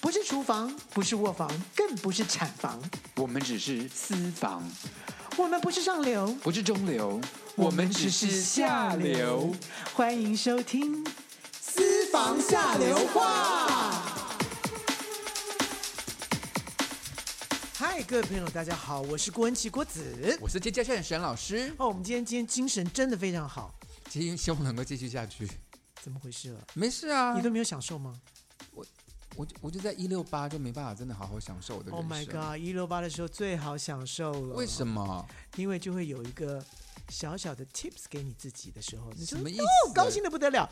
不是厨房，不是卧房，更不是产房，我们只是私房，我们不是上流，不是中流，我们只是下流。。欢迎收听《私房下流话》。嗨，各位朋友，大家好，我是郭恩琪郭子。我是接家炫沈老师，哦，我们今天今天精神真的非常好，今天希望能够继续下去。怎么回事了？没事啊，你都没有享受吗我就我就在一六八就没办法真的好好享受我的人？Oh 生。 my god！一六八的时候最好享受了，为什么？么？因为就会有一个小小的 tips 给你自己的时候，你就什么意思？哦高兴的不得了。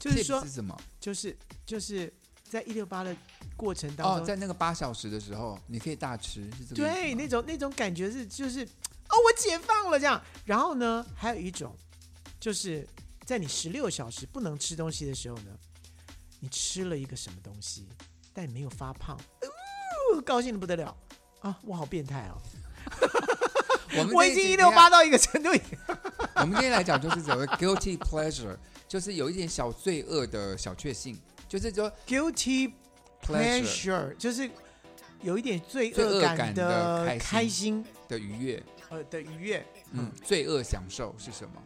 就是说 Tips 是，什么？就是就是在一六八的过程当哦，中，在那个八小时的时候，你可以大吃，是这个意对思吗那种那种感觉是就是哦，我解放了这样。然后呢，还有一种就是在你十六小时不能吃东西的时候呢，你吃了一个什么东西，但没有发胖，哦、高兴的不得了啊！我好变态哦，我们我这已经集一六等八到一个程度以，一下。我们今天来讲就是所谓 guilty pleasure，就是有一点小罪恶的小确幸，就是说 guilty pleasure pleasure 就是有一点罪罪恶恶感感的开心开心的愉悦。呃的愉悦。嗯嗯，罪恶享受是什么？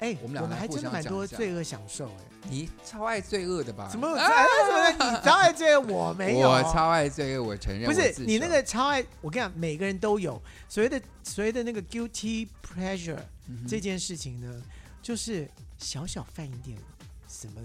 哎、我我们们俩来还互真的相蛮讲多一下罪恶享受哎、你超爱罪恶的吧？怎么有 哎怎么你超爱罪恶？我没有，我超爱罪恶，我承认不我是自首。你那个超爱，我跟你讲，每个人都有所谓的所谓的那个 guilty pleasure 嗯哼这件事情呢，就是小小犯一点什么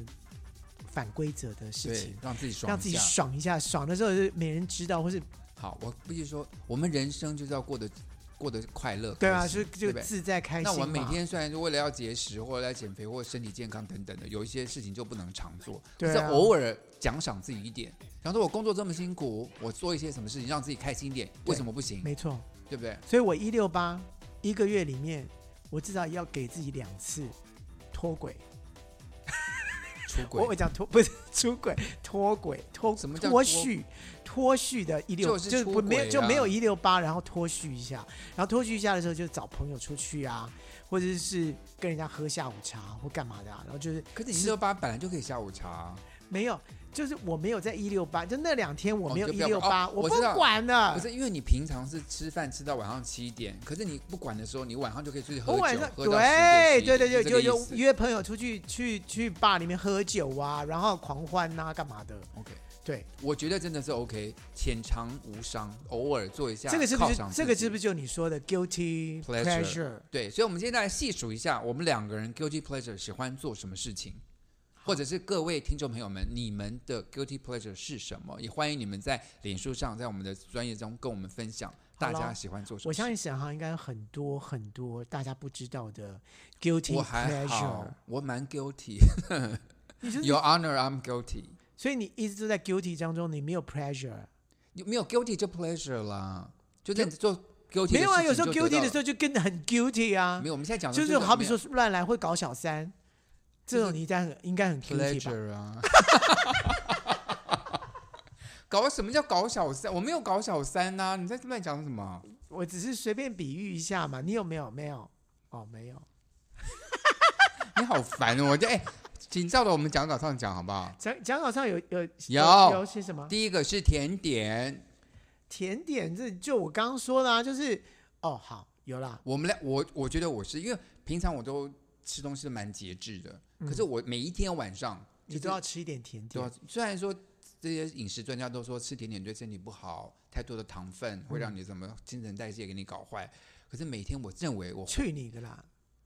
反规则的事对情，，让自己爽一下，让自己爽一下，爽的时候是没人知道，或是好，我必须说，我们人生就是要过得过得快乐，对啊，开心就就对不对自在开心那嘛。我们每天虽然说为了要节食，或者要减肥，或身体健康等等的，有一些事情就不能常做，对啊可是偶尔奖赏自己一点。比方说，我工作这么辛苦，我做一些什么事情让自己开心一点，为什么不行？没错，对不对？所以我一六八一个月里面，我至少要给自己两次脱轨。出轨我我讲脱 不是出轨，脱轨脱什么叫脱脱序？脱序的一六就是就出不没轨有啊就没有一六八，然后脱序一下，然后脱序一下的时候就找朋友出去啊，或者是跟人家喝下午茶或干嘛的、啊，然后就是可是你吃六八本来就可以下午茶，啊没有，就是我没有在一六八，就那两天我哦没有你一就不要六八，哦我我不知道管了不。是因为你平常是吃饭吃到晚上七点，可是你不管的时候，你晚上就可以出去喝我酒，晚上喝到10点对对对对，就是11点这个意就思约朋友出去去去 bar 里面喝酒啊，然后狂欢呐、干嘛的？ OK。对，我觉得真的是 OK，浅尝无伤，偶尔做一下犒这赏个自己，是不是这个是不是是就你说的 guilty Pleasure pleasure？对？所以，我们现在来细数一下，我们两个人 guilty pleasure 喜欢做什么事情，或者是各位听众朋友们，你们的 guilty pleasure 是什么？也欢迎你们在脸书上，在我们的专业中跟我们分享大好咯家喜欢做什么事。我相信沈航应该有很多很多大家不知道的 guilty 我还 pleasure 好。，我蛮 guilty。你就是 Your Honor, I'm guilty。所以你一直都在 guilty 当中，你没有 pleasure，你没有 guilty 就 pleasure 啦，就在做 guilty 没有啊？有时候 guilty 的时候候就跟得很 guilty 啊没，有。我们现在讲的就是好比没有说乱来或搞小三，这就是种你应该很应该很 guilty 吧？ pleasure 啊。搞什么叫搞小三？我没有搞小三呐、你在乱讲什么？我只是随便比喻一下嘛，你有没有？没有，哦，没有。你好烦哦！我就哎、请照着我们讲稿上讲好不好？讲讲稿上有有有有些什么第一个是甜点，甜点？这就我刚刚说的啊，就是哦，好有啦，我们俩我我觉得我是因为平常我都吃东西都蛮节制的，嗯可是我每一天晚上你就是都要吃一点甜对点啊，，虽然说这些饮食专家都说吃甜点对身体不好，太多的糖分会让你怎么新陈代谢给你搞坏，可是每天我认为我去你个啦！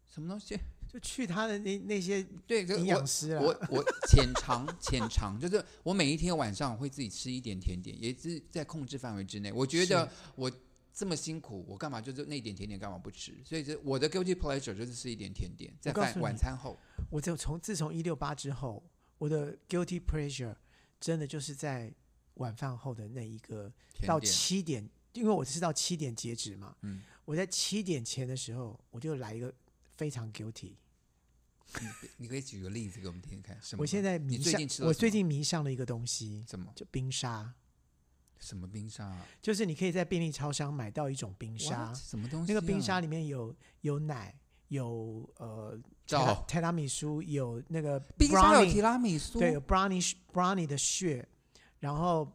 什么东西就去他的那那些对这营我养师啊，我我浅尝浅尝，就是我每一天晚上会自己吃一点甜点，也是在控制范围之内。我觉得我这么辛苦，我干嘛就是那一点甜点干嘛不吃？所以这我的 guilty pleasure 就是吃一点甜点，在我告饭诉晚你餐后。我就从自从一六八之后，我的 guilty pleasure 真的就是在晚饭后的那一个甜到点七点，因为我是到七点截止嘛，嗯我在七点前的时候我就来一个非常 guilty。你你可以举个例子给我们听听看。什么？我现在迷你最上近吃，了我什最么近迷上了一个东西，什么就冰沙，什么冰沙、啊？就是你可以在便利超商买到一种冰沙 What？，什么东西、啊那个冰 沙，里面有有奶。有呃，照提拉米苏有那个冰沙有 brownie 提拉米苏，对，有 brownie brownie 的血，然后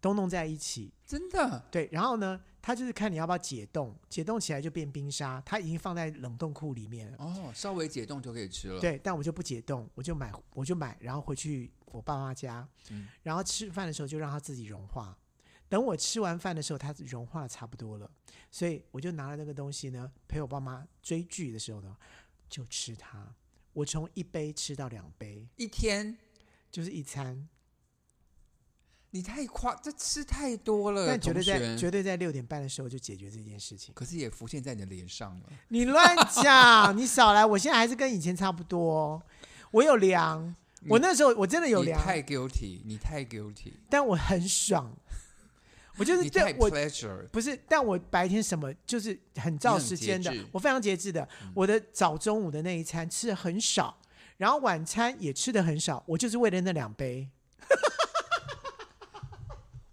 都弄在一起。真的对，然后呢，它就是看你要不要解冻，解冻起来就变冰沙，它已经放在冷冻库里面了。哦，稍微解冻就可以吃了。，对，但我就不解冻，我就买，我就买，然后回去我爸妈家，嗯然后吃饭的时候就让它自己融化。等我吃完饭的时候，它融化的差不多了，所以我就拿了那个东西呢，陪我爸妈追剧的时候呢，就吃它。我从一杯吃到两杯，一天就是一餐，你太夸，这吃太多了，但绝对同学在绝对在六点半的时候就解决这件 事情。可是也浮现在你的脸上了。你乱讲，你少来！我现在还是跟以前差不多，我有量，你我那时候我真的有你量，太 guilty，你太 guilty，但我很 爽，我就是你太对我 pleasure。不是，但我白天什么就是很照时间的你很节制，嗯我非常节制的。我的早中午的那一餐吃的很少，然后晚餐也吃的很少，我就是为了那两杯。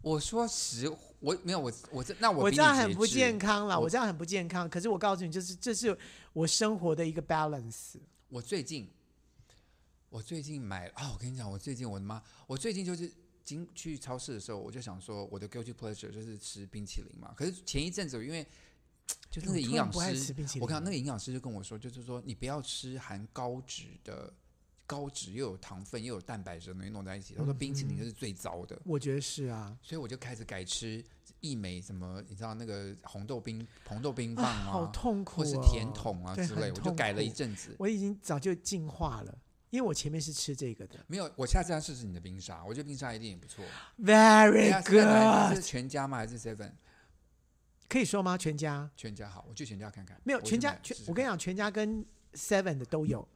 我说实，我没有我我这那我我比知你道很节不制健康啦，我我知道很不健康，可是我告诉你，就是这是我生活的一个 balance。我最近，我最近买啊、我跟你讲，我最近我的妈，我最近就是经去超市的时候，我就想说，我的 guilty pleasure 就是吃冰淇淋嘛。可是前一阵子，因为就哎那我突个营然养不爱吃师，冰淇淋我看那了个营养师就跟我说，就是说你不要吃含高脂的。高脂又有糖分又有蛋白质的东西弄在一嗯起，他说冰淇淋就是最糟的，我觉得是啊，所以我就开始改吃益美什么，你知道那个红豆冰、红豆冰棒啊，啊，好痛苦、或哦，是甜筒啊对之类，很我就痛改苦了一阵子。我已经早就进化了，因为我前面是吃这个的。没有，我下次要试试你的冰沙，我觉得冰沙一定也不错。等一 Very 下是在哪里 good，是全家吗？还是 Seven？可以说吗？全家全家好，我去全家看看。没有，我去全家买全试试我跟你看讲，全家跟 Seven 的都有。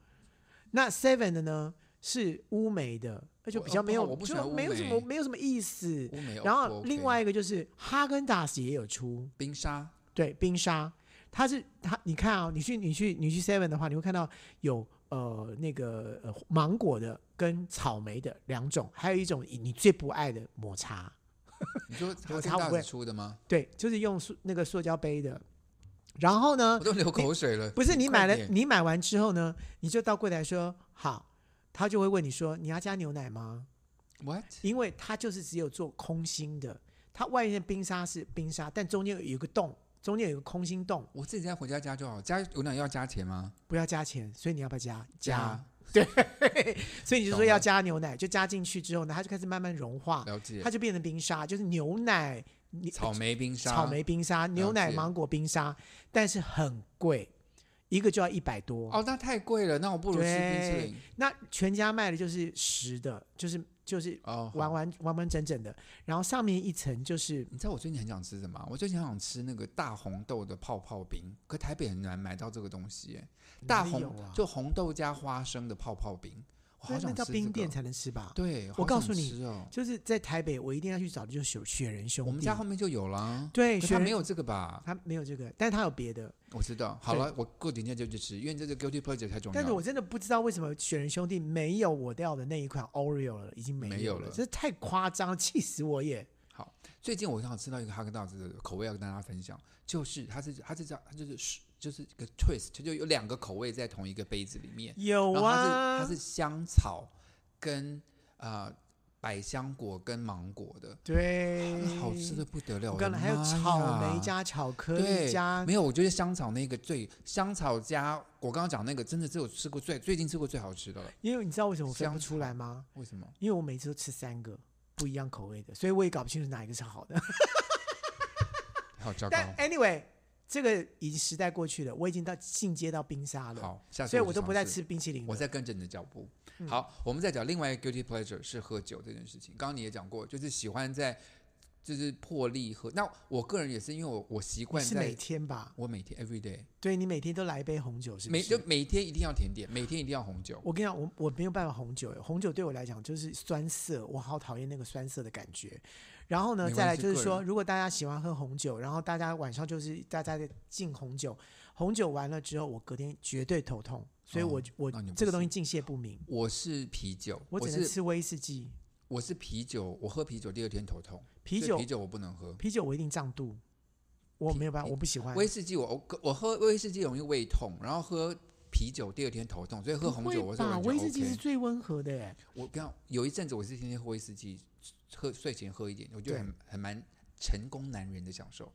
那 Seven 的呢是乌梅的，那就我比较不没有，好我不喜欢就乌没有什梅么没有什么意思。乌梅 O- 然不后 OK 另外一个就是哈根达斯也有出，冰沙，对冰沙，它是它你看啊、你去你去你去 Seven 的话，你会看到有呃那个呃芒果的跟草莓的两种，还有一种你最不爱的抹茶。你 说我哈差根不达多斯出的吗？对，就是用塑那个塑胶杯的。然后呢我，都流口水了。呃不是你买了哦快，点你买完之后呢，你就到柜台说好，他就会问你说你要加牛奶吗？ what？因为它就是只有做空心的，它外面的冰沙是冰沙，但中间有一个洞，中间有一个空心洞，我自己再回家加就好，加牛奶要加钱吗？不要加钱，所以你要不要加？加，，所以你就说懂了要加牛奶，就加进去之后呢，它就开始慢慢融化，了解它。就变成冰沙，就是牛奶、你草莓冰沙，草莓冰沙、牛奶了解芒果冰沙，但是很贵，一个就要一百多。哦，那太贵了，那我不如吃冰淇对淋。那全家卖的就是实的，就是就是哦，好完完完完整整的，然后上面一层就是你知道我最近很想吃什么吗？我最近很想吃那个大红豆的泡泡冰，可台北很难买到这个东西耶。大哪里红、有啊就红豆加花生的泡泡冰，我好那那想吃、这到个。冰店才能吃吧？对，我好告想诉你吃哦，就是在台北，我一定要去找的就是雪雪人兄弟。我们家后面就有了。啊对可雪他人没有这个吧？他没有这个，但是他有别的。我知道。好了，我过几天就去吃，因为这个 guilty pleasure 太重要但是我了。真的不知道为什么雪人兄弟没有我要的那一款 Oreo 了，已经没没有了，了这太夸张，气死我也！最近我刚好吃到一个哈根达斯的口味要跟大家分享，就是它是它是这样，它就是就是一个 twist，它就有两个口味在同一个杯子里面。有然后它啊，是它是香草跟呃百香果跟芒果的，对，那好吃的。不得了。哎我我刚的才还有妈草莓呀加巧克力对加没有，我觉得香草那个最香草加我刚刚讲那个真的是我吃过最最近吃过最好吃的了。因为你知道为什么我分香不出草来吗？为什么？因为我每次都吃三个不一样口味的，所以我也搞不清楚哪一个是好的。好糟糕。但 anyway，这个已经时代过去了，我已经到进阶到冰沙了，好，下次所以去我都尝不再试吃冰淇淋了。我在跟着你的脚步。嗯好，我们再讲另外一个 guilty pleasure 是喝酒这件事情。刚刚你也讲过，就是喜欢在就是破例喝。那我个人也是，因为我我习你惯是每在天吧？我每天 every day 对你每天都来一杯红酒，是不？每就是每天一定要甜点，每天一定要红酒。我跟你讲，我我没有办法红酒，红酒对我来讲就是酸涩，我好讨厌那个酸涩的感觉。然后呢，没关系再来就是个人说，如果大家喜欢喝红酒，然后大家晚上就是大家敬红酒，红酒完了之后，我隔天绝对头痛，所以我、哦我那你不这个东西行敬谢不明，我是啤酒，我我只能是吃威士忌，我是啤酒，我喝啤酒第二天头痛，啤所以酒啤酒我不能喝。啤酒我一定胀肚，我啤没有办法，啤我不喜欢。威士忌我我我喝威士忌容易胃痛，然后喝啤酒第二天头痛，所以喝不红酒会我是吧？完全威士忌是 OK。最温和的耶，我刚有一阵子我是天天喝威士忌，喝睡前喝一点，我觉得对很很蛮成功男人的享受。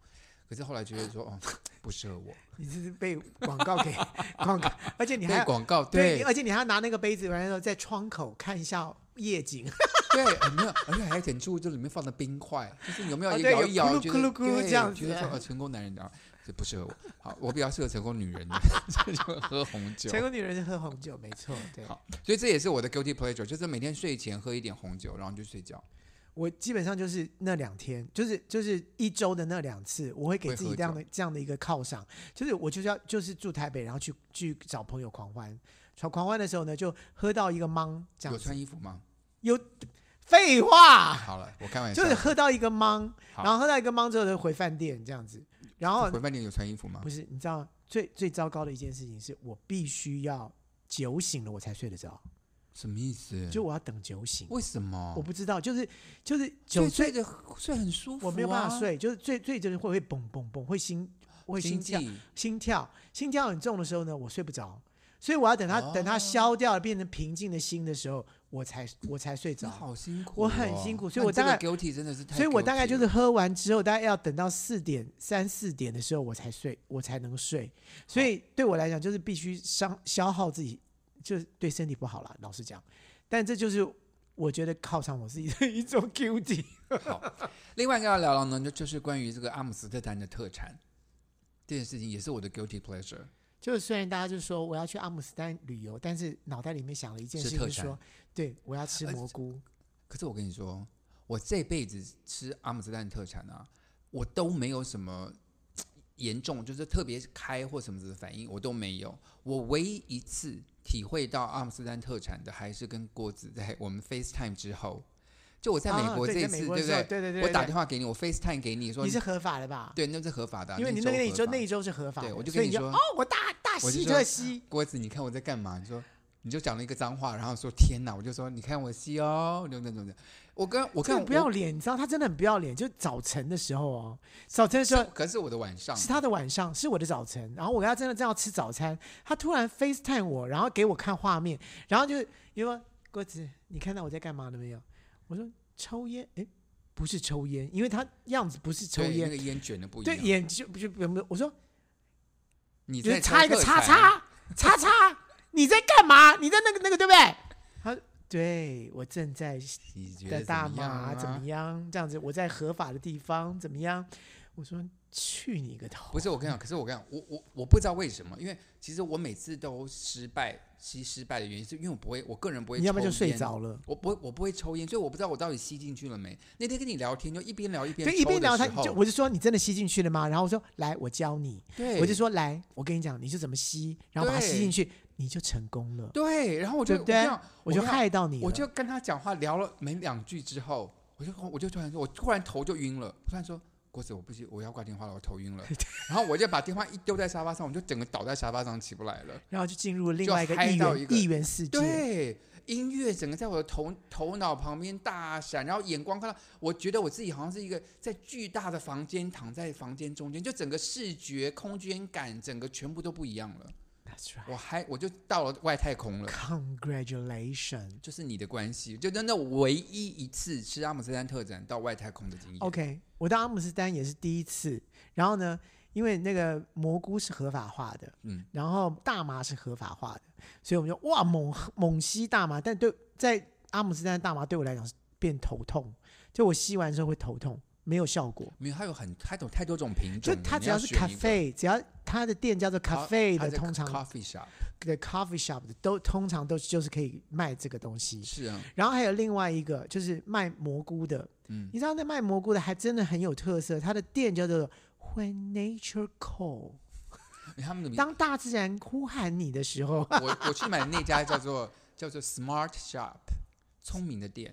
可是后来觉得说，哦， 不适合我。你这是被广告给 广告，而且你还对要广告，对，对而且你还要拿那个杯子，完了之后在窗口看一下夜 景，对，没有，而且还忍住这里面放的冰块，就是有没哦有对摇有一摇，咕噜觉咕得噜咕噜对这样觉得子说呃成功男人的啊，这不适合我。好，我比较适合成功女人的， 这就喝红酒成。功女人是喝红酒，没错，对。好所以这也是我的 guilty pleasure，就是每天睡前喝一点红酒，然后就睡觉。我基本上就是那两天，就是就是一周的那两次，我会给会自己喝这样的这样的一个犒赏，就是我就是要就是住台北，然后去去找朋友狂欢，狂狂欢的时候呢，就喝到一个懵，这有样子穿衣服吗？有废话，好了，我开玩笑就的。是喝到一个懵，哎好然后喝到一个懵之后就回饭店这样子，然后回饭店有穿衣服吗不？是你知道最最糟糕的一件事情是我必须要酒醒了我才睡得着，什么意思？就我要等酒醒，为什么？我不知道，就是就是酒睡醉睡哦的睡很舒服、我啊，没有办法，睡，就是最最就是会会蹦蹦蹦，会心会心经跳济心跳心跳很重的时候呢，我睡不着，所以我要等它、哦等它消掉变成平静的心的时候，我才我才睡真着的。好辛苦、哦，我很辛苦所以那我你这大概个 guilty 真的是太，所以我大概就是。喝完之后，大概要等到四点三四点的时候，我才睡，我才能睡。所以对我来讲，就是必须消消耗自己，就是对身体不好啦。老实讲，但这就是我觉得犒赏我自己的一种 guilty。另外一个要聊聊呢，就就是关于这个阿姆斯特丹的特产这件事情，也是我的 guilty pleasure。就是虽然大家就说我要去阿姆斯特丹旅游，但是脑袋里面想了一件吃事情，特就是说产呃对我要吃而蘑菇，可是我跟你说，我这辈子吃阿姆斯特丹特产啊，我都没有什么严重，就是特别开或什么的反应，我都没有。我唯一一次体会到阿姆斯特丹特产的，还是跟郭子在我们 FaceTime 之后，就我在美啊国对这一在次，美国的对不时候对？对对对，我打对电话给你，我 FaceTime 给你说你是合法的吧？对，那是合法的啊、因为你那个那那一周合法那一周是合法的，对我就所跟以你就说哦，我大大我就吸说特吸，郭子，你看我在干嘛？你说，你就讲了一个脏话，然后说天哪，我就说你看我吸哦，那种那种，我跟我真看的不要脸，你知道他真的很不要脸。就早晨的时候哦，早晨的时候我，可是我的晚上是他的晚上，是我的早晨。然后我跟他真的正要吃早餐，他突然 FaceTime 我，然后给我看画面，然后就因为郭子，你看到我在干嘛了没有？我说抽烟，诶，不是抽烟，因为他样子不是抽对那烟，个烟卷的不一对样，眼就不就不不，我说你就在是插一个特叉产，叉叉叉，你在干嘛？你在那个那个对不对？他说对我正在你觉的得大怎麻、么样啊怎么样？这样子，我在合法的地方怎么样？我说去你个头！不是我跟你讲，可是我跟你讲，我我我不知道为什么，因为其实我每次都失败，吸失败的原因是因为我不会，我个人不会，你要不然就睡。着了。我不会，我不会抽烟，所以我不知道我到底吸进去了没。那天跟你聊天，就一边聊一边就一边抽的聊他，时候就我就说你真的吸进去了吗？然后我说来，我教你。对，我就说来，我跟你讲，你就怎么吸，然后把它吸进去，你就成功了。对，然后我就对不对我跟你讲我就跟你讲害到你了。我就跟他讲话聊了没两句之后，我就我就突然说，我突然头就晕了，我突然说。郭子，我不行，我要挂电话了，我 头晕了。然后我就把电话一丢在沙发上，我就整个倒在沙发上起不来了。然后就进入了另就外一个嗨一到元一个一元世界。对，音乐整个在我的头头脑旁边大闪，然后眼光看到，我觉得我自己好像是一个在巨大的房间躺在房间中间，就整个视觉、空间感，整个全部都不一样了。 That's right. 我还我就到了外太空了。 Congratulations. 就是你的关系，就真的唯一一次吃阿姆斯特丹特展到外太空的经验。 OK，我到阿姆斯丹也是第一次。然后呢，因为那个蘑菇是合法化的，嗯，然后大麻是合法化的，所以我们就哇猛猛吸大麻，但对在阿姆斯丹的大麻对我来讲是变头痛，就我吸完之后会头痛，没有效果。没有，它有很它有太多种品就种了，它你只要是选一个 cafe，只要它的店叫做它 cafe 它的，在通常 coffee shop 的 coffee shop 的都通常都就是可以卖这个东西。是啊，然后还有另外一个就是卖蘑菇的，嗯你知道那卖蘑菇的还真的很有特色，它的店叫做 When Nature Call，他们的名当大自然呼喊你的时候，我我去买的那家叫做叫做 Smart Shop，聪明的店，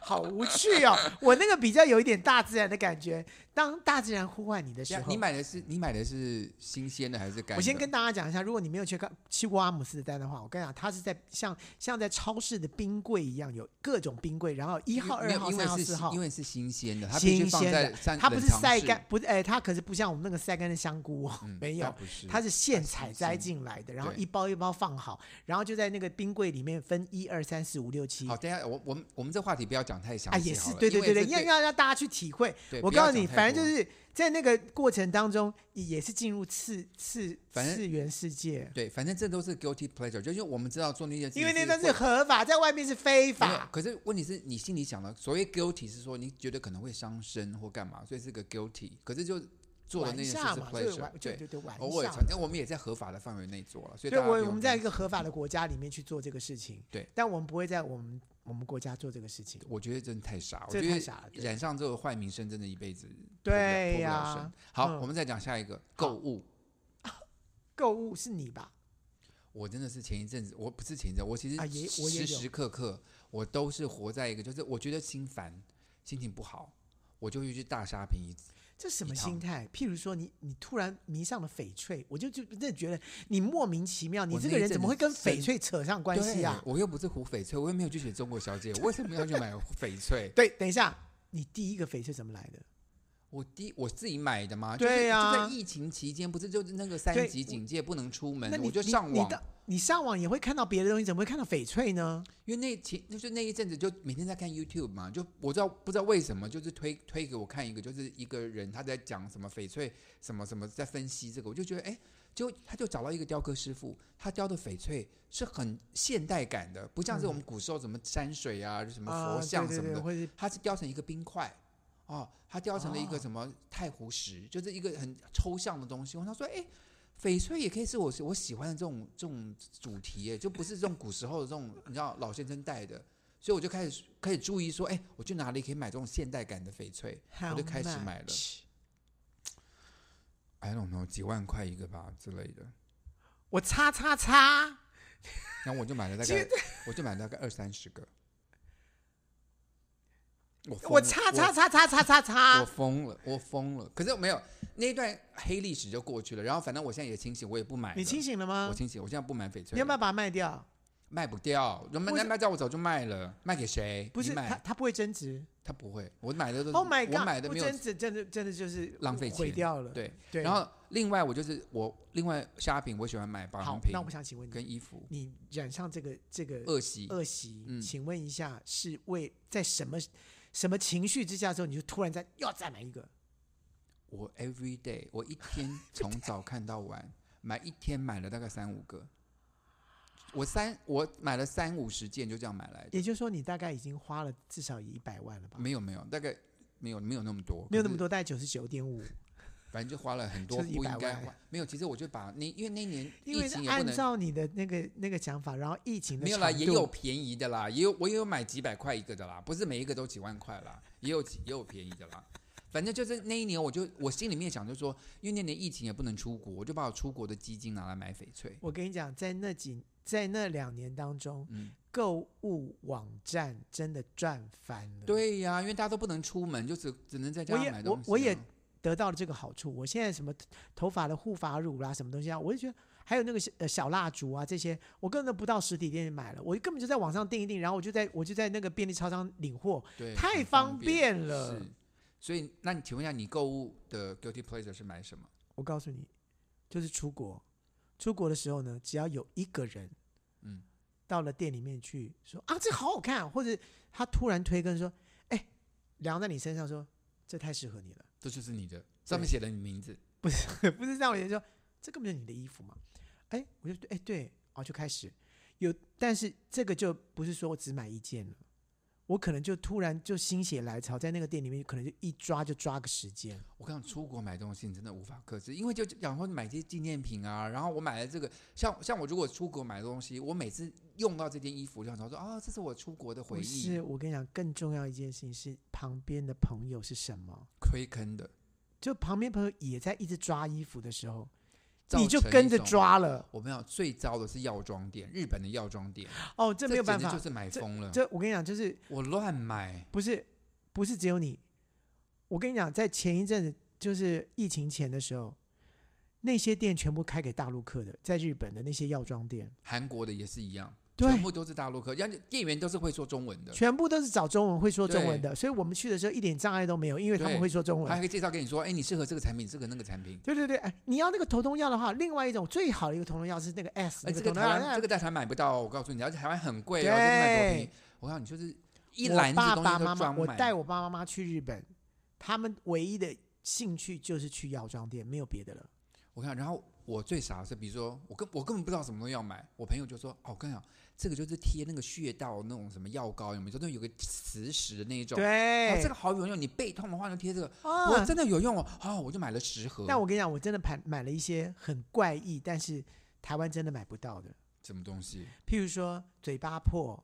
好无趣哦。我那个比较有一点大自然的感觉，当大自然呼唤你的这时样候你，买的是你买的是新鲜的还是干的？我先跟大家讲一下，如果你没有去看去过阿姆斯特丹的话，我跟你讲，它是在像像在超市的冰柜一样，有各种冰柜，然后一号、没二有号、因为三号、是四号因，为是新鲜的，它必须新放鲜在的三，它不是冷藏晒室干，，不是，哎，它可是不像我们那个晒干的香菇哦，嗯没有那不是 它是现它采新摘鲜进来的，然后对一包一包放好，然后就在那个冰柜里面分一二三四五六七。好，等一下我我们我们这话题不要讲太详啊，细也好是了对对对对，因要为要让大家去体会。这对我不要告诉你，讲太反正多就是在那个过程当中，也是进入次次反正次元世界，对，反正这都是 guilty pleasure，就是我们知道做那件事情，因为那段是会合法，在外面是非没有法。可是问题是你心里想的，所谓 guilty 是说你觉得可能会伤身或干嘛，所以是个 guilty。可是就做的玩那一件事下是嘛，就是 pleasure，玩，就对，就就玩一偶尔下常，。因为我们也在合法的范围内做了，所以对，大家我不用我们在担一个心合法的国家里面去做这个事情，对，但我们不会在我们我们国家做这个事情，我觉得真的太傻，我这觉太得傻了。对染上这个坏名声，真的一辈子脱不了对脱不了呀身好，嗯我们再讲下一个购物。购物是你吧？我真的是前一阵子，我不是前一阵，我其实啊也我也时时刻刻我都是活在一个，就是我觉得心烦，心情不好，我就会去大杀平一次。这什么一趟心态？譬如说你，你突然迷上了翡翠，我就就真的觉得你莫名其妙，你我这那个一人阵怎么会子跟真翿翠扯上关系啊？对我又不是胡翡翠，我又没有去选中国小姐，我为什么要去买翡翠？对，等一下，你第一个翡翠怎么来的？我第我自己买的嘛，对呀就是就在疫情期间，不是就是那个三对级警戒不能出门那，你我就你上你网，的你上网也会看到别的东西，怎么会看到翡翠呢？因为那前就是那一阵子就每天在看 YouTube 嘛，就我知道不知道为什么就是推推给我看一个，就是一个人他在讲什么翡翠什么什么在分析这个，我就觉得哎，就他就找到一个雕刻师傅，他雕的翡翠是很现代感的，不像是我们古时候什么山水啊、什嗯么啊，佛像对什对对，么的，或是它是雕成一个冰块。哦，它雕成了一个哦什么太湖石，就是一个很抽象的东西。我想说，哎，翡翠也可以是我我喜欢的这种这种主题，哎，就不是这种古时候的这种，你知道老先生戴的。所以我就开始开始注意说，哎，我去哪里可以买这种现代感的翡翠？我我就开始买了 I don't know，几万块一个吧之类的。我叉叉叉，然后我就买了大其概实，我就买了大概二三十个。我疯我了叉叉叉叉叉叉我叉，疯了，我疯了。可是没有那一段黑历史就过去了，然后反正我现在也清醒，我也不买了。你清醒了吗我？清醒，我现在不买翡翠。你要不要把它卖掉？卖不掉，人们为什那卖掉我早就卖了，卖给谁？不是，你它买，它不会增值。他不会，我买的都是 Oh my 我买 god！的不没有增值，真的真的就是浪费毁钱掉了。对。对，然后另外我就是我另外虾品，我喜欢买保好养，品那我想请问你，跟衣服，你染上这个这个恶习。恶习，嗯请问一下，是为在什么什么情绪之下之后，你就突然再要再买一个？我 every day 我一天从早看到晚，买一天买了大概三五个。我三我买了三五十件，就这样买来的。也就是说，你大概已经花了至少一百万了吧？没有没有，大概没有没有那么多，没有那么可是，多，大概九十九点五，反正就花了很多就是不100应该万花。没有，其实我就把那因为那年因为疫是情也不按能照你的那个那个想法，然后疫情的没有啦，长也度有便宜的啦，也有我也有买几百块一个的啦，不是每一个都几万块啦，也有也有便宜的啦。反正就是那一年，我就我心里面想就说，因为那年疫情也不能出国，我就把我出国的基金拿来买翡翠。我跟你讲，在那几在那两年当中，嗯，购物网站真的赚翻了。，对呀、因为大家都不能出门，就只只能在嗯家我也买东西、啊我我也得到了这个好处。我现在什么头头发的护发乳啦、什么东西啊，我就觉得还有那个小呃小蜡烛啊这些，我根本都不到实体店买了，我根本就在网上订一订，然后我就在我就在那个便利超商领货，对太很方方便了。是，所以那你请问一下，你购物的 guilty pleasure 是买什么？我告诉你，就是出国，出国的时候呢，只要有一个人，嗯，到了店里面去说啊，这好好看，或者他突然推跟说，哎，量在你身上说，这太适合你了， 这就是你的，上面写了你名字。不是这样，我就说这根本就是你的衣服嘛，哎，我就哎对，哦就开始有，但是这个就不是说我只买一件了。我可能就突然就心血来潮，在那个店里面，可能就一抓就抓个时间。我刚出国买东西，你真的无法克制，因为就然后买这些纪念品啊，然后我买了这个，像像我如果出国买东西，我每次用到这件衣服，我就想说啊、这是我出国的回不忆是，，我跟你讲，更重要一件事情是旁边的朋友是什么。亏坑的。就旁边朋友也在一直抓衣服的时候，造你就成跟一着种。抓了。我们要最糟的是药妆店，日本的药妆店，哦，这没有办简直法就，是买疯了。这我跟你讲，就是我乱买，不是不是只有你，我跟你讲，在前一阵子就是疫情前的时候，那些店全部开给大陆客的，在日本的那些药妆店，韩国的也是一样，对全，部都是大陆客，而且店员都是会说中文的，全部都是找中文会说中文对的，所以我们去的时候一点障碍都没有，因为他们对会说中他还文。可以介绍给你说，哎，你适合这个产品，这个那个产品。对对对，哎，你要那个头痛药的话，另外一种最好的一个头痛药是那个 S，那哎，这个头个痛台药，湾哎这个在台湾买不到，我告诉你，而且台湾很贵哦，这个卖多少便宜。我告诉你，就是一我篮子爸东爸西妈妈，都装我带满。我爸爸妈妈去日本，他们唯一的兴趣就是去药妆店，没有别的了。我看，然后我最傻的是，比如说我根我根本不知道什么东西要买，我朋友就说，哦，我跟你讲，这个就是贴那个穴道那种什么药膏，有没有？就是有个磁石的那一种。哦，对这个好有用，你背痛的话就贴这个，啊我真的有用哦，哦，我就买了十盒。但我跟你讲，我真的买买了一些很怪异，但是台湾真的买不到的，什么东西譬如说嘴巴破，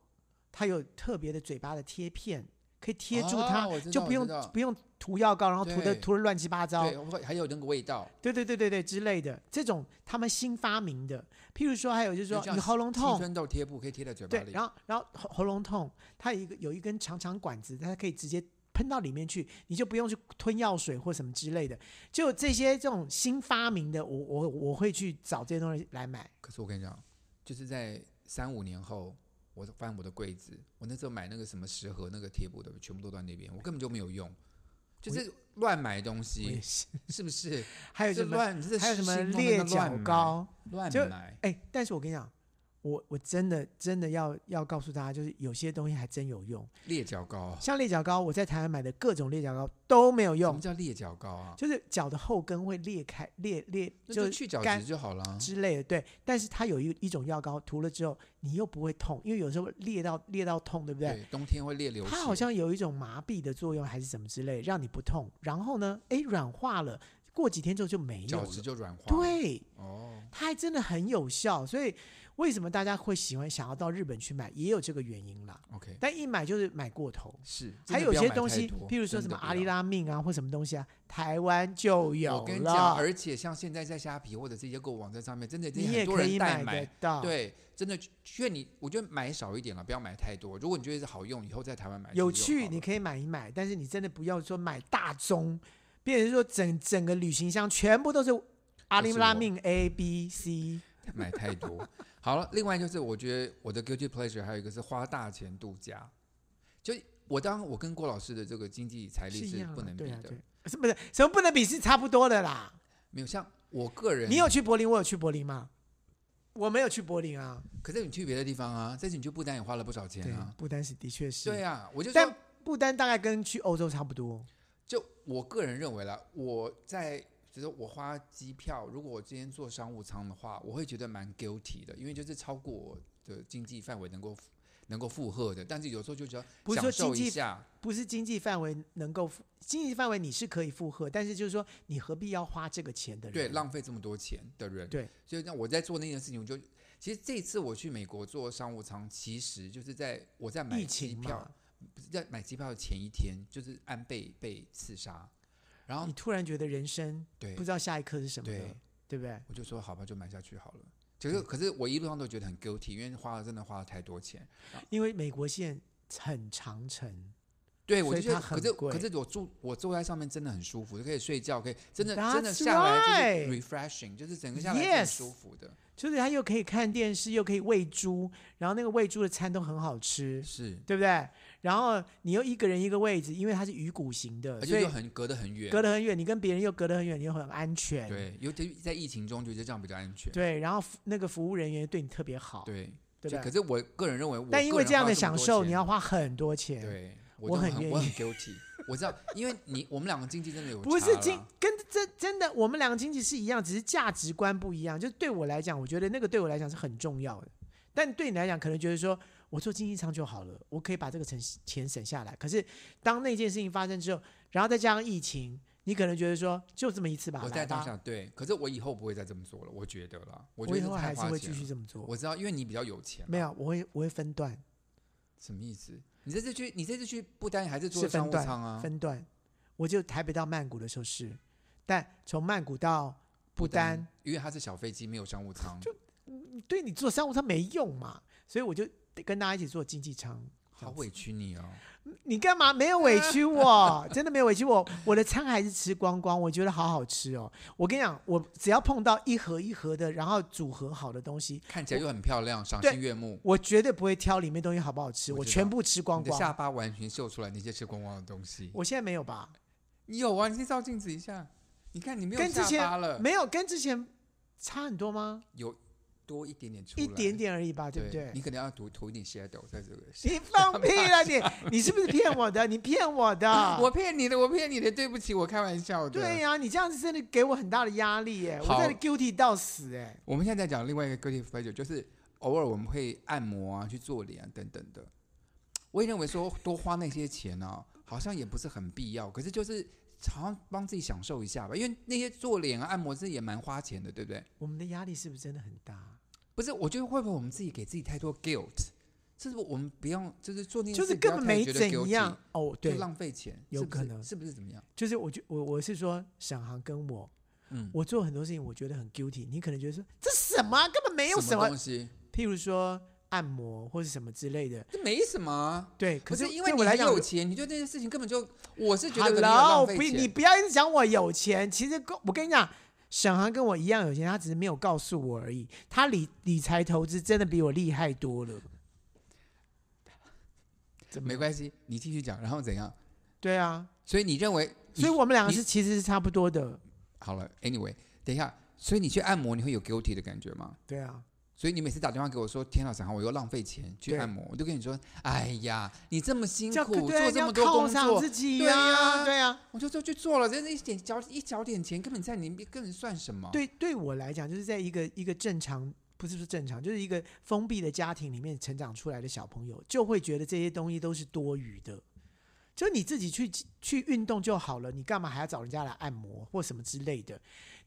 它有特别的嘴巴的贴片，可以贴住它，哦我知就道不我用知道不用涂药膏，然后涂的对涂的乱七八糟。对，或还有那个味道，对对对对对之类的，这种他们新发明的。譬如说，还有就是就说像你喉咙青痛，春痘贴布可以贴在嘴巴对，里。然后然后喉喉咙痛，它有一个有一根长长管子，它可以直接喷到里面去，你就不用去吞药水或什么之类的。就这些这种新发明的，我我我会去找这些东西来买。可是我跟你讲，就是在三五年后，我翻我的柜子，我那时候买那个什么十盒那个贴布的，全部都在那边，我根本就没有用，就是乱买我东也西，是，是不是？ 还有这什么乱，这还有什么心痛裂的乱脚买，膏？乱就买。哎，但是我跟你讲，我我真的真的要要告诉大家，就是有些东西还真有用，裂脚膏，像裂脚膏，我在台湾买的各种裂脚膏都没有什用哦么，叫裂脚膏啊？就是脚的后跟会裂开裂裂，那就就去角干质就好了啊。之类的，对。但是它有一一种药膏，涂了之后你又不会痛，因为有时候裂到裂到痛，对不对？对，冬天会裂流血。它好像有一种麻痹的作用，还是什么之类，让你不痛。然后呢，哎，软化了，过几天之后就没有角了。质就软化。，对，哦，它还真的很有效。所以为什么大家会喜欢想要到日本去买，也有这个原因啦。 OK，但一买就是买过头。是。真还的有不要些买东太西，多譬如说真什的么不阿要里拉命啊，或什么东西啊，台湾就有了。我跟你讲，而且像现在在虾皮或者是一些购物网站上面，真的已经你也很多可人以代得买。到。对，真的劝你，我觉得买少一点了，不要买太多。如果你觉得是好用，以后在台湾买有就趣，好你了可以买一买，但是你真的不要说买大宗，变成说整整个旅行箱全部都是阿里拉命 A B C。 买太多。好了，另外就是我觉得我的 guilty pleasure 还有一个是花大钱度假，就我当我跟郭老师的这个经济财力一是样不的能比对啊，的，对，是不是什么不能比是差不多的啦？没有像我个人，你有去柏林，我有去柏林吗？我没有去柏林啊，可是你去别的地方啊，这次你去不丹也花了不少钱对啊，，不丹是的确是，对啊，我就说但不丹大概跟去欧洲差不多，就我个人认为啦，我在就是我花机票，如果我今天坐商务舱的话，我会觉得蛮 guilty 的，因为就是超过我的经济范围能够能够负荷的。但是有时候就觉不得是享说受经一济下，不是经济范围能够负，经济范围你是可以负荷，但是就是说你何必要花这个钱的人？对，浪费这么多钱的人，对，所以那我在做那件事情，我就其实这一次我去美国做商务舱，其实就是在我在买疫机情票嘛，，不是在买机票的前一天，就是安倍被刺杀，然后你突然觉得人生对不知道下一刻是什么对了，对不对？我就说好吧，就买下去好了。可是，可是我一路上都觉得很 guilty，因为花了真的花了太多钱。因为美国线很长城，对，我所就以觉得，它可很是贵可是我住我坐在上面真的很舒服，可以睡觉，可以真的 That's 真的下来就 right 是 refreshing，就是整个下来是很 Yes 舒服的。就是它又可以看电视，又可以喂猪，然后那个喂猪的餐都很好吃，是，对不对？然后你又一个人一个位置，因为它是鱼骨型的，而所且以又很隔得很远隔。得很远，你跟别人又隔得很远，你又很安全。对，尤其在疫情中，觉得这样比较安全。对然后服那个服务人员对你特别好，对，对就不可对？是我个人认为我个人花么多钱，但因为这样的享受，你要花很多钱。，对，我就很很愿我意很 guilty，我知道，因为你我们两个经济真的有不差是啦经跟真真的，我们两个经济是一样，只是价值观不一样。就对我来讲，我觉得那个对我来讲是很重要的，但对你来讲，可能觉得说我做经济舱就好了，我可以把这个钱钱省下来。可是当那件事情发生之后，然后再加上疫情，你可能觉得说就这么一次吧，我来在当吧，下对，可是我以后不会再这么做了，我觉得啦，我觉我得以这后太还是花会钱继续了。这么做。我知道，因为你比较有钱嘛，没有，我会我会分段什么意思？你这次去，你这次去不丹还是坐是商分务段舱啊？分段，我就台北到曼谷的时候是，但从曼谷到不丹，因为它是小飞机，没有商务舱，对你做商务舱没用嘛，所以我就跟大家一起做经济舱。好委屈你哦。你干嘛没有委屈嗯我？ 真的没有委屈我，我的餐还是吃光光，我觉得好好吃哦。我跟你讲，我只要碰到一盒一盒的，然后组合好的东西，看起来又很漂亮，赏心悦目。我绝对不会挑里面东西好不好吃，我我知道全部吃光你的下光。巴完全秀出来那些吃光光的东西。我现在没有吧？你有啊？你去照镜子一下，你看你没有跟之下巴前了，没有跟之前差很多吗？有多一点点出来，一点，点而已吧，对不对？你可能要涂涂一点 shadow 在这个。你放屁了你！你是不是骗我的？你骗我的！ 啊我骗你的，我骗你的，对不起，我开玩笑的。对呀、你这样子真的给我很大的压力耶！我好真的 guilty 到死哎！我们现在在讲另外一个 guilty pleasure，就是偶尔我们会按摩啊、去做脸啊等等的。我也认为说多花那些钱啊，好像也不是很必要，可是就是好像帮自己享受一下吧，因为那些做脸啊、按摩这也蛮花钱的，对不对？我们的压力是不是真的很大？不是，我觉得会不会我们自己给自己太多 guilt？就是我们不用，就是做那件就事是不根要本太没觉得怎 guilty，样哦，就对，浪费钱，有是不可是能是不是怎么样？就是我觉我我是说，沈航跟我，嗯，我做很多事情我觉得很 guilty，你可能觉得说这什么啊、根本没有什什么，东西，譬如说按摩或是什么之类的，这没什么啊。对，可不是因为对你我来很讲有钱，你对这件事情根本就，我是觉得有点浪，Hello，费不，钱。你不要一直讲我有钱。其实跟我跟你讲，沈航跟我一样有钱，他只是没有告诉我而已。他理理财投资真的比我厉害多了。怎么没关系，你继续讲，然后怎样？对啊，所以你认为，所以你我们两个你是其实是差不多的。好了，anyway，等一下，所以你去按摩，你会有 guilty 的感觉吗？对啊，所以你每次打电话给我说：“天老沈航，我又浪费钱去对按摩。”我就跟你说：“哎呀，你这么辛这样苦，对啊做你这要么多犒工赏作，自己对呀，啊对啊。我就就去做了，真的一点小一小点钱，根本在你根本算什么？对，对我来讲，就是在一个一个正常，不是说正常，就是一个封闭的家庭里面成长出来的小朋友，就会觉得这些东西都是多余的。就你自己去去运动就好了，你干嘛还要找人家来按摩或什么之类的？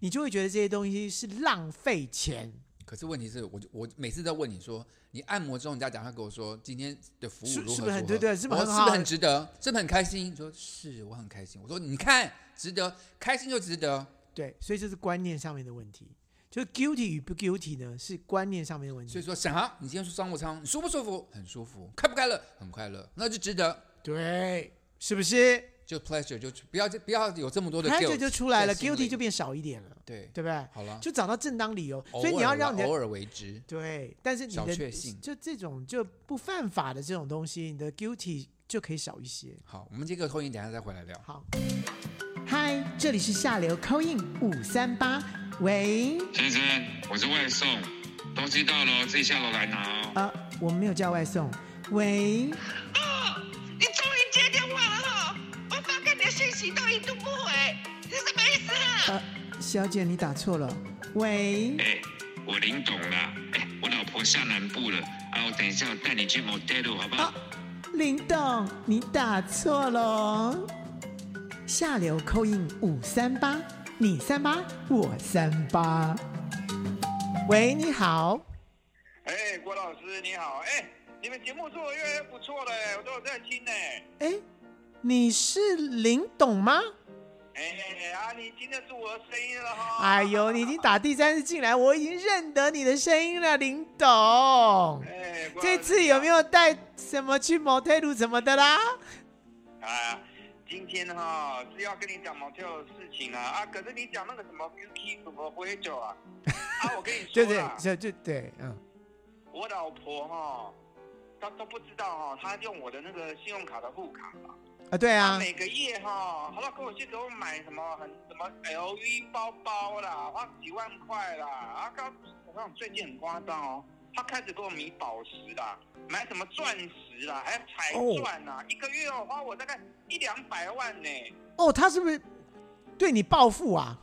你就会觉得这些东西是浪费钱，可是问题是我就我每次都问你说，你按摩之后，人家讲他跟我说今天的服务是如何是不是很如何对对是不是很我是不好啊是很值得？是不是很开心？你说是，我很开心。我说你看，值得，开心就值得。对，所以这是观念上面的问题。就是 guilty 与不 guilty 呢，是观念上面的问所以题。说，沈航，你今天说商务舱，你舒不舒服？嗯很舒服，快不快乐？很快乐，那就值得。对，是不是？就 pleasure 就不要不要有这么多的 pleasure guilt 哎就出来了在心，guilty 里就变少一点了，对，对不对？好了，就找到正当理由，偶所以你要尔啦让你的偶尔为之。对，但是你小的确幸就这种就不犯法的这种东西，你的 guilty 就可以少一些。好，我们这个后音等一下再回来聊。好，嗨，这里是下流 c in 五三八，喂，先生，我是外送，东西到了哦自己下楼来拿哦。呃，我们没有叫外送，喂，哦，你终于接电话了哈、我发给你的信息都一度不回，是什么意思啊？呃，小姐你打错了，喂，哎、我林董啦，哎、我老婆下南部了，啊，我等一下我带你去 motel 好不好？啊林董你打错了哦，下流 c in 五三八，你三八我三八，喂，你好。哎，郭老师你好，哎，你们节目做的越来越不错了，我都有在听呢。哎，你是林董吗？哎，啊，你听得住我的声音了哈？哎呦，你已经打第三次进来，我已经认得你的声音了，林董。哎，郭老师这次有没有带什么去某推路什么的啦？啊？今天哈、是要跟你讲 motel 的事情啊啊，可是你讲那个什么 UK 怎么不会酒啊？啊，我跟你说对对啦，对对对，嗯，我老婆哈、她都不知道哈、她用我的那个信用卡的护卡嘛。啊对他啊，每个月哈，他都给我去给我买什么很什么 LV 包包啦，花几万块啦。啊，刚我看最近很夸张哦，他开始给我迷宝石啦，买什么钻石啦，还有彩钻啦，一个月哦花我大概一两百万呢、哦，他是不是对你报复啊？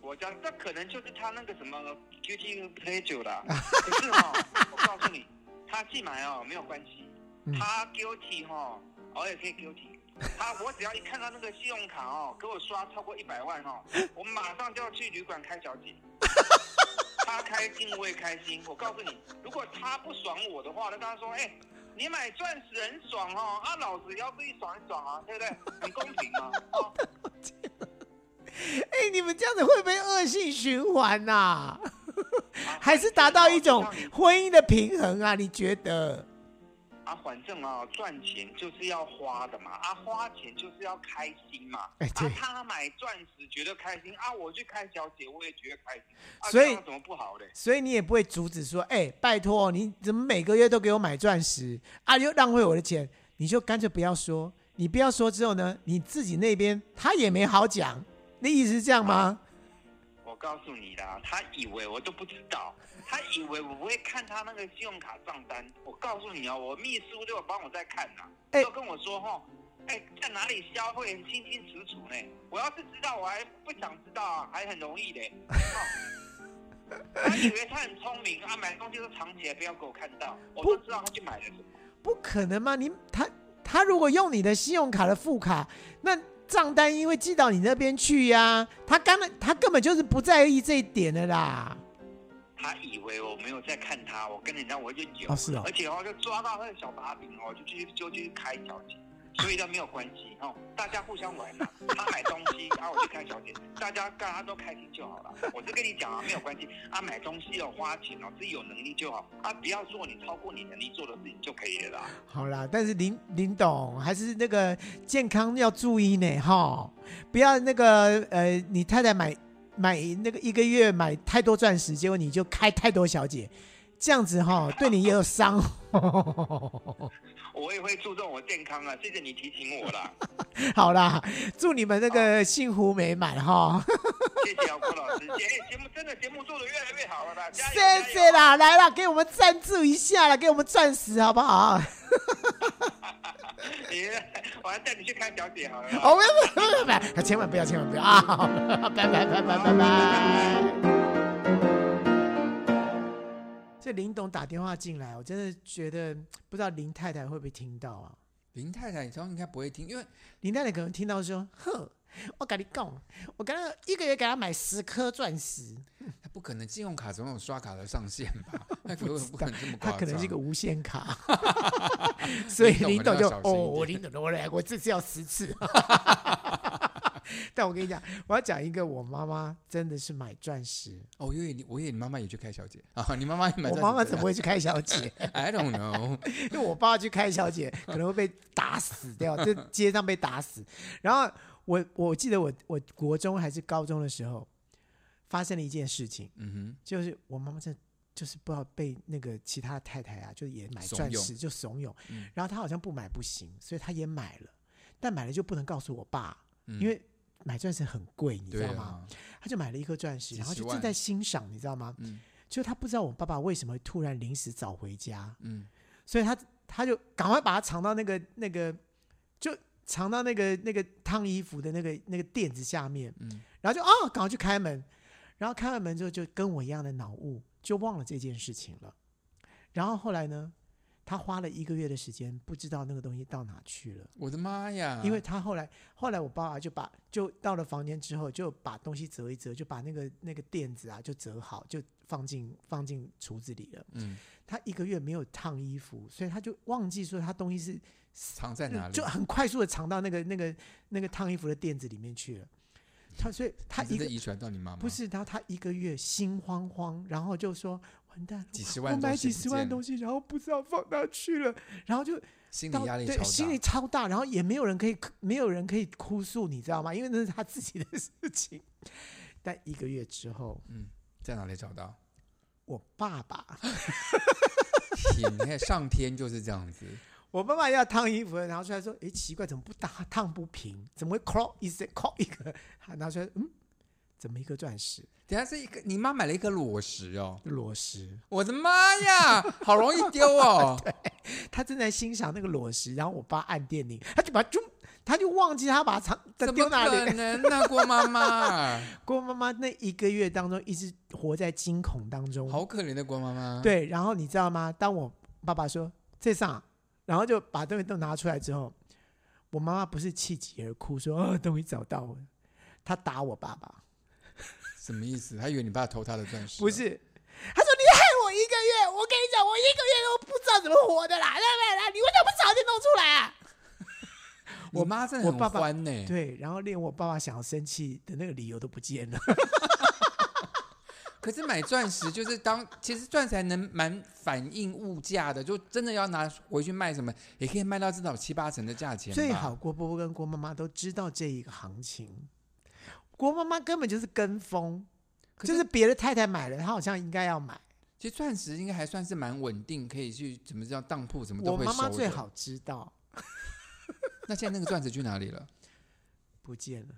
我讲这可能就是他那个什么 QT pleasure 啦。可是哈、我告诉你，他进来哦没有关系嗯，他 guilty 哈、偶尔可以 guilty。他我只要一看到那个信用卡哦，给我刷超过一百万 哦，我马上就要去旅馆开小姐。他开心我也开心，我告诉你，如果他不爽我的话，我就跟他说，哎、你买钻石很爽哦，啊，老子也要自己爽一爽啊，对不对？很公平啊。哦哎、你们这样子会不会恶性循环呐、啊 还是达到一种反正哦婚姻的平衡啊？你觉得？啊，反正啊，赚钱就是要花的嘛，啊，花钱就是要开心嘛，哎对啊，他买钻石觉得开心，啊，我去开小姐我也觉得开心，啊，所以这样有什么不好嘞？所以你也不会阻止说，哎、拜托，你怎么每个月都给我买钻石啊？又浪费我的钱，你就干脆不要说。你不要说之后呢，你自己那边他也没好讲，你意思是这样吗？我告诉你啦，他以为我都不知道，他以为我不会看他那个信用卡账单。我告诉你哦，我秘书都有帮我在看呐、哎都跟我说哈，哎、在哪里消费清清楚楚呢？我要是知道，我还不想知道啊，还很容易嘞。哦他以为他很聪明啊，买东西都藏起来，不要给我看到。我都知道他去买了什么。不可能嘛！你他他如果用你的信用卡的副卡，那账单因为寄到你那边去呀、他根本他根本就是不在意这一点的啦。他以为我没有在看他，我跟人家我就有，哦是哦而且哦就抓到他的小把柄哦，就继续就继续开小姐，所以都没有关系哦，大家互 相玩嘛、他买东西，啊我就开小姐，大家大家都开心就好了。我是跟你讲啊，没有关系，啊买东西要花钱哦，自己有能力就好，啊不要做你超过你能力做的事情就可以了啦。好啦，但是林林董还是那个健康要注意呢，哈，不要那个呃，你太太买买那个一个月买太多钻石，结果你就开太多小姐，这样子哈，对你也有伤。 我也会注重我健康啊，谢谢你提醒我 啦，好啦，祝你们那个幸福美满哈。谢谢啊郭老师，节节目真的节目做的越来越好了啦，加油加谢油！谢啦，来啦，给我们赞助一下啦，给我们钻石好不好？你 我还带你去看小姐好了啦。哦，不要不要不要不要，千万不要千万不要啊！ 好了，拜拜拜拜拜拜。这林董打电话进来，我真的觉得不知道林太太会不会听到啊？林太太，她应该不会听，因为林太太可能听到说：“哼，我跟你讲，我刚刚一个月给他买十颗钻石，她不可能信用卡总有刷卡的上限 吧？那可能不可能这么夸他张。可能是一个无限卡， 所以林董就林董可能要小心一哦，点我林董我来，我这次要十次。 但我跟你讲，我要讲一个，我妈妈真的是买钻石，哦，因为你我以为你妈妈也去开小姐啊，你妈妈也 我买钻石妈妈怎么会去开小姐？ ？I don't know。因为我爸去开小姐可能会被打死掉，在街上被打死。然后我我记得我我国中还是高中的时候，发生了一件事情，嗯就是我妈妈真的就是不知道被那个其他太太啊，就也买怂钻恿石就怂恿，嗯然后她好像不买不行，所以她也买了，但买了就不能告诉我爸，哼，因为买钻石很贵，你知嗯对道吗？啊，她就买了一颗钻石，几然后十就正万在欣赏，你知道吗？嗯就她不知道我爸爸为什么会突然临时早回家，嗯，所以他他就赶快把它藏到那个那个，就藏到那个那个烫衣服的那个那个垫子下面，嗯然后就啊，赶快去开门，然后开完门之后就跟我一样的脑雾，就忘了这件事情了。然后后来呢，他花了一个月的时间，不知道那个东西到哪去了，我的妈呀！因为他后来后来我爸爸就把就到了房间之后，就把东西折一折，就把那个那个垫子啊就折好，就放进放进橱子里了。嗯，他一个月没有烫衣服，所以他就忘记说他东西是藏在哪里？就很快速的藏到那个那个那个烫衣服的垫子里面去了。他所以他一你真的个遗传到你妈妈，不是，然后他一个月心慌慌，然后就说完蛋了，几十我万，买几十万东西，西，然后不知道放哪去了，然后就心到理压力超对大，心理超大，然后也没有人可以没有人可以哭诉，你知道吗？因为那是他自己的事情。但一个月之后，嗯在哪里找到？ 我爸爸。天，你看上天就是这样子，我爸爸要烫衣服，拿出来说：“诶，奇怪，怎么不搭烫不平？怎么会 crawl 一声 crawl 一个？”他拿出来，嗯，怎么一颗钻石等下是一个你妈买了一颗裸石哦，裸石？我的妈呀，好容易丢 哦，他正在欣赏那个裸石，然后我爸按电铃，他就把就他就忘记他把藏他怎么丢哪可里。能呢？郭妈妈，郭妈妈那一个月当中一直活在惊恐当中。好可怜的郭妈妈，，对，然后你知道吗？当我爸爸说这上，啊然后就把东西都拿出来之后，我妈妈不是气急而哭说：“哦，东西找到了。”她打我爸爸。什么意思？她以为你爸偷她的钻石，哦不，是，他说你害我一个月，我跟你讲，我一个月都不知道怎么活的啦，来来来，你为什么不早点弄出来啊？我妈真的我很爸爸欢呢、对，然后连我爸爸想要生气的那个理由都不见了。可是买钻石就是当，其实钻石还能蛮反映物价的，就真的要拿回去卖什么，也可以卖到至少七八成的 价钱吧。最好郭波波跟郭妈妈都知道这一个行情，郭妈妈根本就是跟风，可就是是别的太太买了，她好像应该要买。其实钻石应该还算是蛮稳定，可以去怎么叫当铺什么都我会妈收妈的。最好知道那现在那个钻石去哪里了？ 不见了，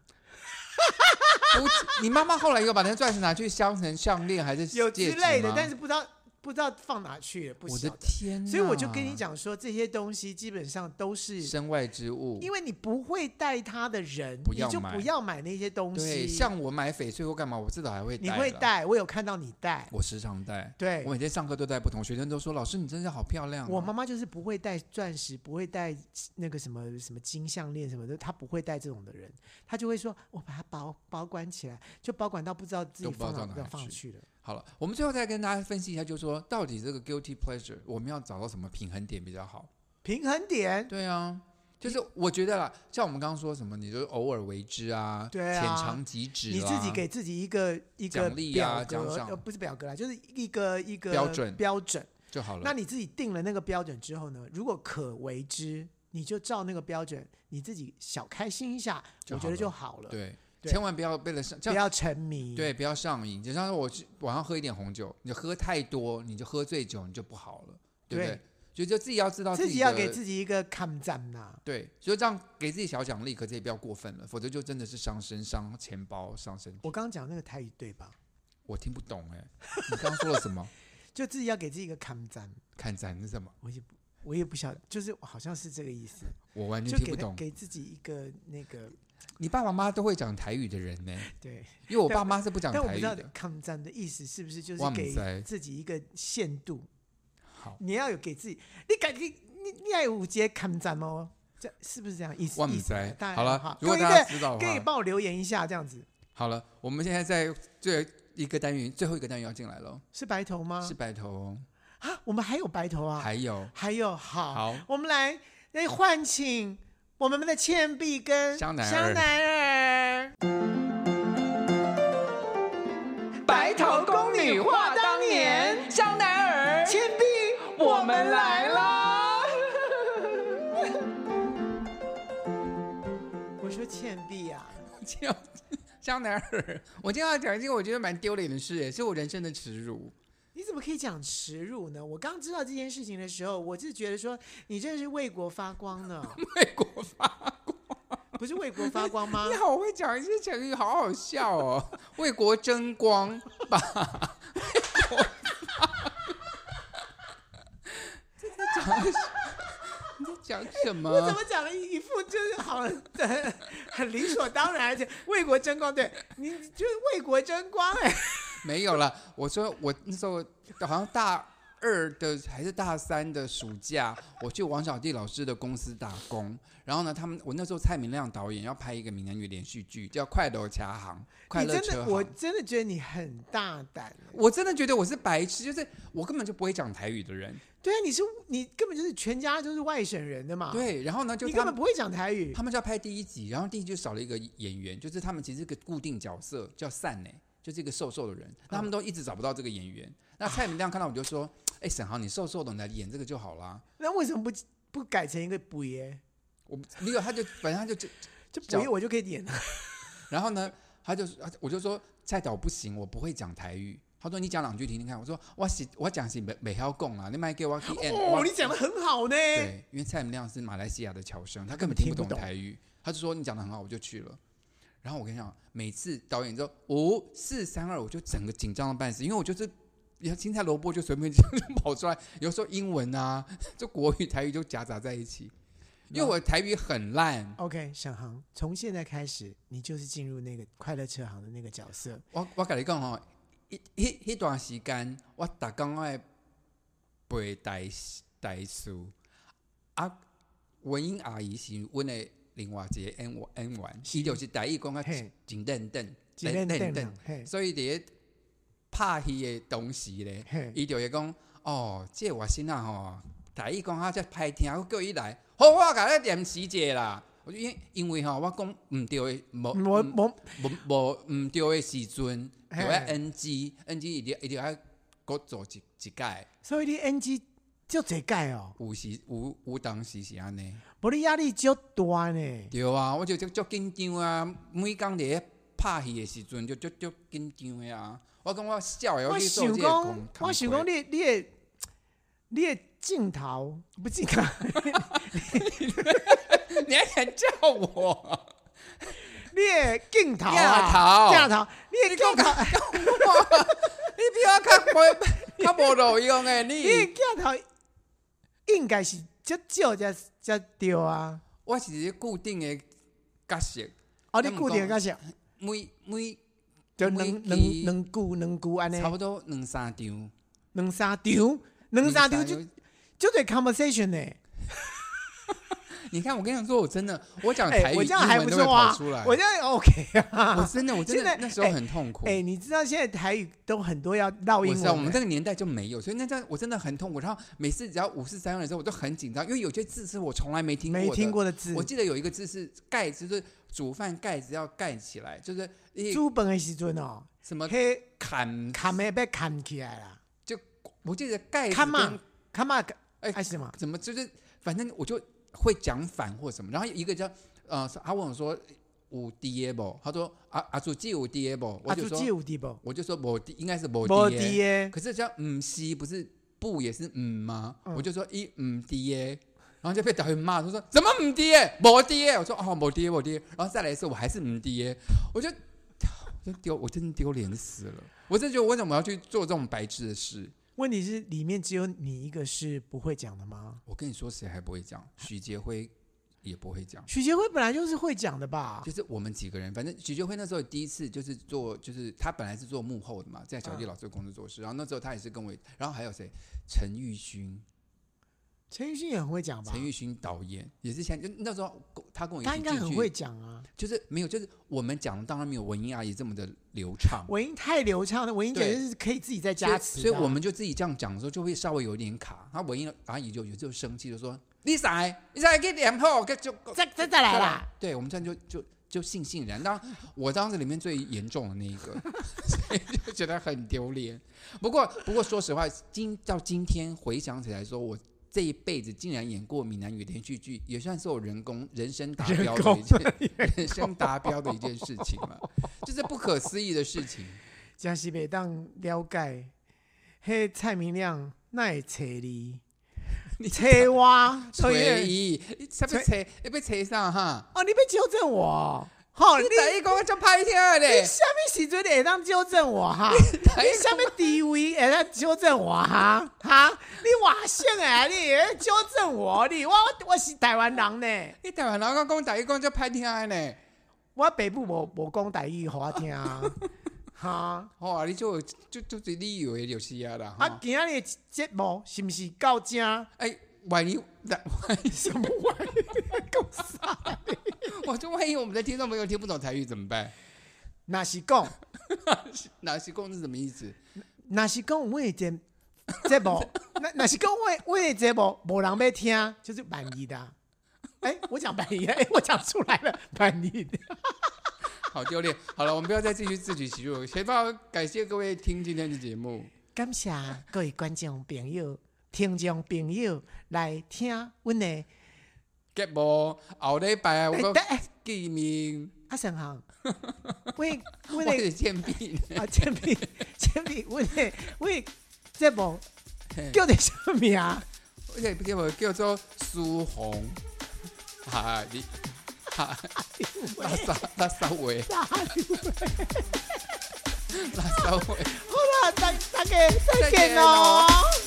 不，你妈妈后来有把那个钻石拿去镶成项链还是有戒之指类的吗，但是不知道不知道放哪去了，不我晓的得。天哪！所以我就跟你讲说，这些东西基本上都是身外之物，因为你不会带它的人，不你要就买不要买那些东对，西。像我买翡翠或干嘛，我至少还会你啦会，带，我有看到你带。我时常戴。对我每天上课都戴不同，学生都说老师你真是好漂亮哦、我妈妈就是不会戴钻石，不会戴那个什么什么金项链什么的，她不会戴这种的人，她就会说：“我把它保保管起来，就保管到不知道自己都不知道放哪到不知哪道放去去了。好了，我们最后再跟大家分析一下，就是说到底这个 guilty pleasure 我们要找到什么平衡点比较好？”平衡点，对啊，就是我觉得啦，像我们刚刚说什么，你就偶尔为之啊，对啊浅尝即止、啊，你自己给自己一个一个奖励啊表格，奖赏呃，不是表格啦，就是一个一个标准标准。就好了。那你自己定了那个标准之后呢，如果可为之，你就照那个标准，你自己小开心一下，就我好觉得就了好了，对，对千万不要为了上，这不样要沉迷。对，不要上瘾。就像是我去晚上喝一点红酒，你就喝太多，你就喝醉酒，你就不好了，对不对？对所以就自己要知道自己己要给己自己一个 come down 呐。对，所以这样给自己小奖励，可是也不要过分了，否则就真的是伤身、伤钱包、伤身体。我刚刚讲那个台语对吧？我听不懂哎、你刚刚说了什么？ 就自己要给自己一个 come down，看展是什么？我也不我也不晓得，就是好像是这个意思，我完就全听给不他懂。给自己一个那个你爸爸妈妈都会讲台语的人呢、对，因为我但爸妈是不讲但我台不语知道的。 come down 的意思是不是就我是不知道给自己一个限度，好，你要有给自己，你感觉你你要有五节 come down 哦，这是不是这样意思？我不意知思啊道大家好了好，如果各位大家可以知道可的以话帮我留言一下，这样子好了，我们现在在最一个单元，最后一个单元要进来了，是白头吗是？白头，啊，我们还有白头啊，还 有还有好，好我们来来唤醒我们的倩碧跟香奈儿香奈儿。白头宫女话当年，香奈儿，倩碧，我们来了。啦！ 我说倩碧啊，叫香奈儿。我今天要讲一件我觉得蛮丢脸的事，哎，是我人生的耻辱。 你怎么可以讲耻辱呢？我刚知道这件事情的时候，我就觉得说你真是为国发光呢，为国发光，不是为国发光吗你？好会讲一些成语，好好笑哦！为国争光吧， 为国发光。这在讲，你在讲什么？我怎么讲了一一副就是好 像很很理所当然，而且为国争光，对你你就是为国争光哎、 没有了。我说我那时候好像大二的还是大三的暑假，我去王小弟老师的公司打工。然后呢，他们我那时候蔡明亮导演要拍一个闽南语连续剧，叫《快乐车行》，快你乐真车的，我行。真的觉得你很大胆欸。我真的觉得我是白痴，就是我根本就不会讲台语的人。对啊，你是你根本就是全家都是外省人的嘛，，对，然后呢，啊就你他根们本不会讲台语他。们就要拍第一集，然后第一集就少了一个演员，就是他们其实是个固定角色叫善呢、就是一个瘦瘦的人，那他们都一直找不到这个演员。那蔡明亮看到我就说：“哎、沈航，你瘦瘦的，你来演这个就好啦。那为什么不不改成一个补爷？我没有，他就反正他就就，就补叫爷我就可以点了。然后呢，他就我就说蔡导不行，我不会讲台语。他说你讲两句听听看。我说我是我讲是美美晓贡啦，你卖给我 T N。哦，我你讲的很好呢。对，因为蔡明亮是马来西亚的侨生，他根本听听不不懂懂台语，他就说你讲的很好，我就去了。然后我跟你讲，每次导演说五四三二，我就整个紧张的半死，因为我就是要青菜萝卜就随便这样就跑出来，有时候英文啊，就国语台语就夹杂在一起，因为我的台语很烂， OK，沈航，从现在开始，你就是进入那个快乐车行的那个角色。我我跟你讲哦，一一一段时间，我逐工爱背台诗台书，啊，文英阿姨是阮的另外一个演员演员，伊就是台语讲啊嘿真认真，真认真啊真嘿所以伫咧拍戏的同时咧嘿，伊就会讲哦，这外甥仔吼，台语讲啊遮歹听，我叫伊来，好，我甲你念诗一下啦。我就因为因为哈，我讲唔对的，无我嗯我无无唔对的时阵，就嘿要 NG，NG 一定一定要各做一一届，所以你 NG 就这盖哦，有时有有当时是安尼。无你压力就大呢。对啊，我就足足紧张啊，每工伫咧拍戏的时阵就足足紧张的啊。我讲我笑的，我去做想这个工讲，，我想讲你你的你的你的镜头不镜头， 你还敢叫我？你的镜头啊，镜头镜头， 你的镜头，你比我较无较无路 用的你你的。镜头应该是较少才才对啊。我是一个固定的角色，哦，你固定个啥？每每就每两期两两句两句安尼，差不多两三张，两三场，两三场就就对 conversation 呢。你看，我跟你说，我真的，我讲哎、啊台语、我这样还英不文都会错啊跑出来，，我这样 OK 我啊。真的，我真现在的那时候很痛苦。哎、你知道现在台语都很多要绕我英知文道的，我们这个年代就没有，所以那阵我真的很痛苦。然后每次只要五四三二的时候，我就很紧张，因为有些字是我从来没听过的。没听过的字我，记得有一个字是“盖”，就是煮饭盖子要盖起来，就是一煮饭的时阵哦，什么嘿，砍砍的被砍起来了，就我记得盖子砍嘛哎跟砍嘛，哎还是什么？怎么就是反正我就会讲反或什么。然后一个叫呃，他问我说有 D A 不？他说啊啊，主记有 D A 不？我啊，就就说记有滴不？我就说无 D 应该是无 D 无 A 滴耶，可是像嗯西不是不也是嗯吗？我就说一嗯 D A，然后就被导演骂，他说怎么嗯 D A，某 D A，我说哦某 D A 某 D A，然后再来一次我还是嗯 D A，我就我就丢，我真的丢脸死了，我真的觉得为什么要去做这种白痴的事？问题是里面只有你一个是不会讲的吗？我跟你说，谁还不会啊讲？许杰辉也不会讲。许杰辉本来就是会讲的吧？就是我们几个人，反正许杰辉那时候第一次就是做，就是他本来是做幕后的啊嘛，在小弟老师的工作室，然后那时候他也是跟我，然后还有谁？陈玉勋，陈奕迅也很会讲吧？陈玉勋导演也是想，就那时候他跟我一起他进应去，该很会讲啊，就是没有，就是我们讲的当然没有文英阿姨这么的流畅，文英太流畅了，文英简对直是可以自己在所家以词所的以啊。我们就自己这样讲的时候就会稍微有一点卡。他文英阿姨就有时候生气就说：“你傻，你傻，给脸后给就再再再来啦！！”对，我们这样就就就悻悻然。当然，我当时里面最严重的那一个， 所以就觉得很丢脸。不过不过说实话，今到今天回想起来说，我。这一辈子竟然演过闽南语连续剧，也算是我人工人生达标的一件 人生达标的一件事情 了，这是不可思议的事情。真是袂当了解，迄蔡明亮那会找你，你找我，所锤以伊，你才被锤，你被锤上哈！哦，你要纠正我，吼、你你第一个就拍天了你嘞，什么时阵会当纠正我哈？你什么地位会当纠正我哈？哈，你外省诶，你会当纠正我你，我我是台湾人呢，你台湾人讲第一个就拍天的呢，我爸母无无讲台语互我听， 哈。吼、啊，你就就就是你以为就是啊啦啊哈，！今日的节目是不是到这？哎、万一万一 什么 万一够傻？我就万一我们的听众朋友听不懂台语怎么办？若是讲，哪些公是什么意思？若是讲我的节 节目，那若是讲我的我的节目无人要听，就是满意的啊。哎、我讲满意的，哎、我讲出来了， 满意的。好丢脸！好了，我们不要再继续自取其辱。先报感谢各位听今天的节目。感谢各位观众朋友、听众朋友来听阮的。节目后礼拜我哎、们等哎，见面，阿沈 航，阮阮我的是见面。啊，这 边这边阮的阮的节目嘿叫做什么名？而且叫我叫做苏红，哈你哈，拉萨拉萨维，大家拉萨好维。啦，大大家再再见见喽咯。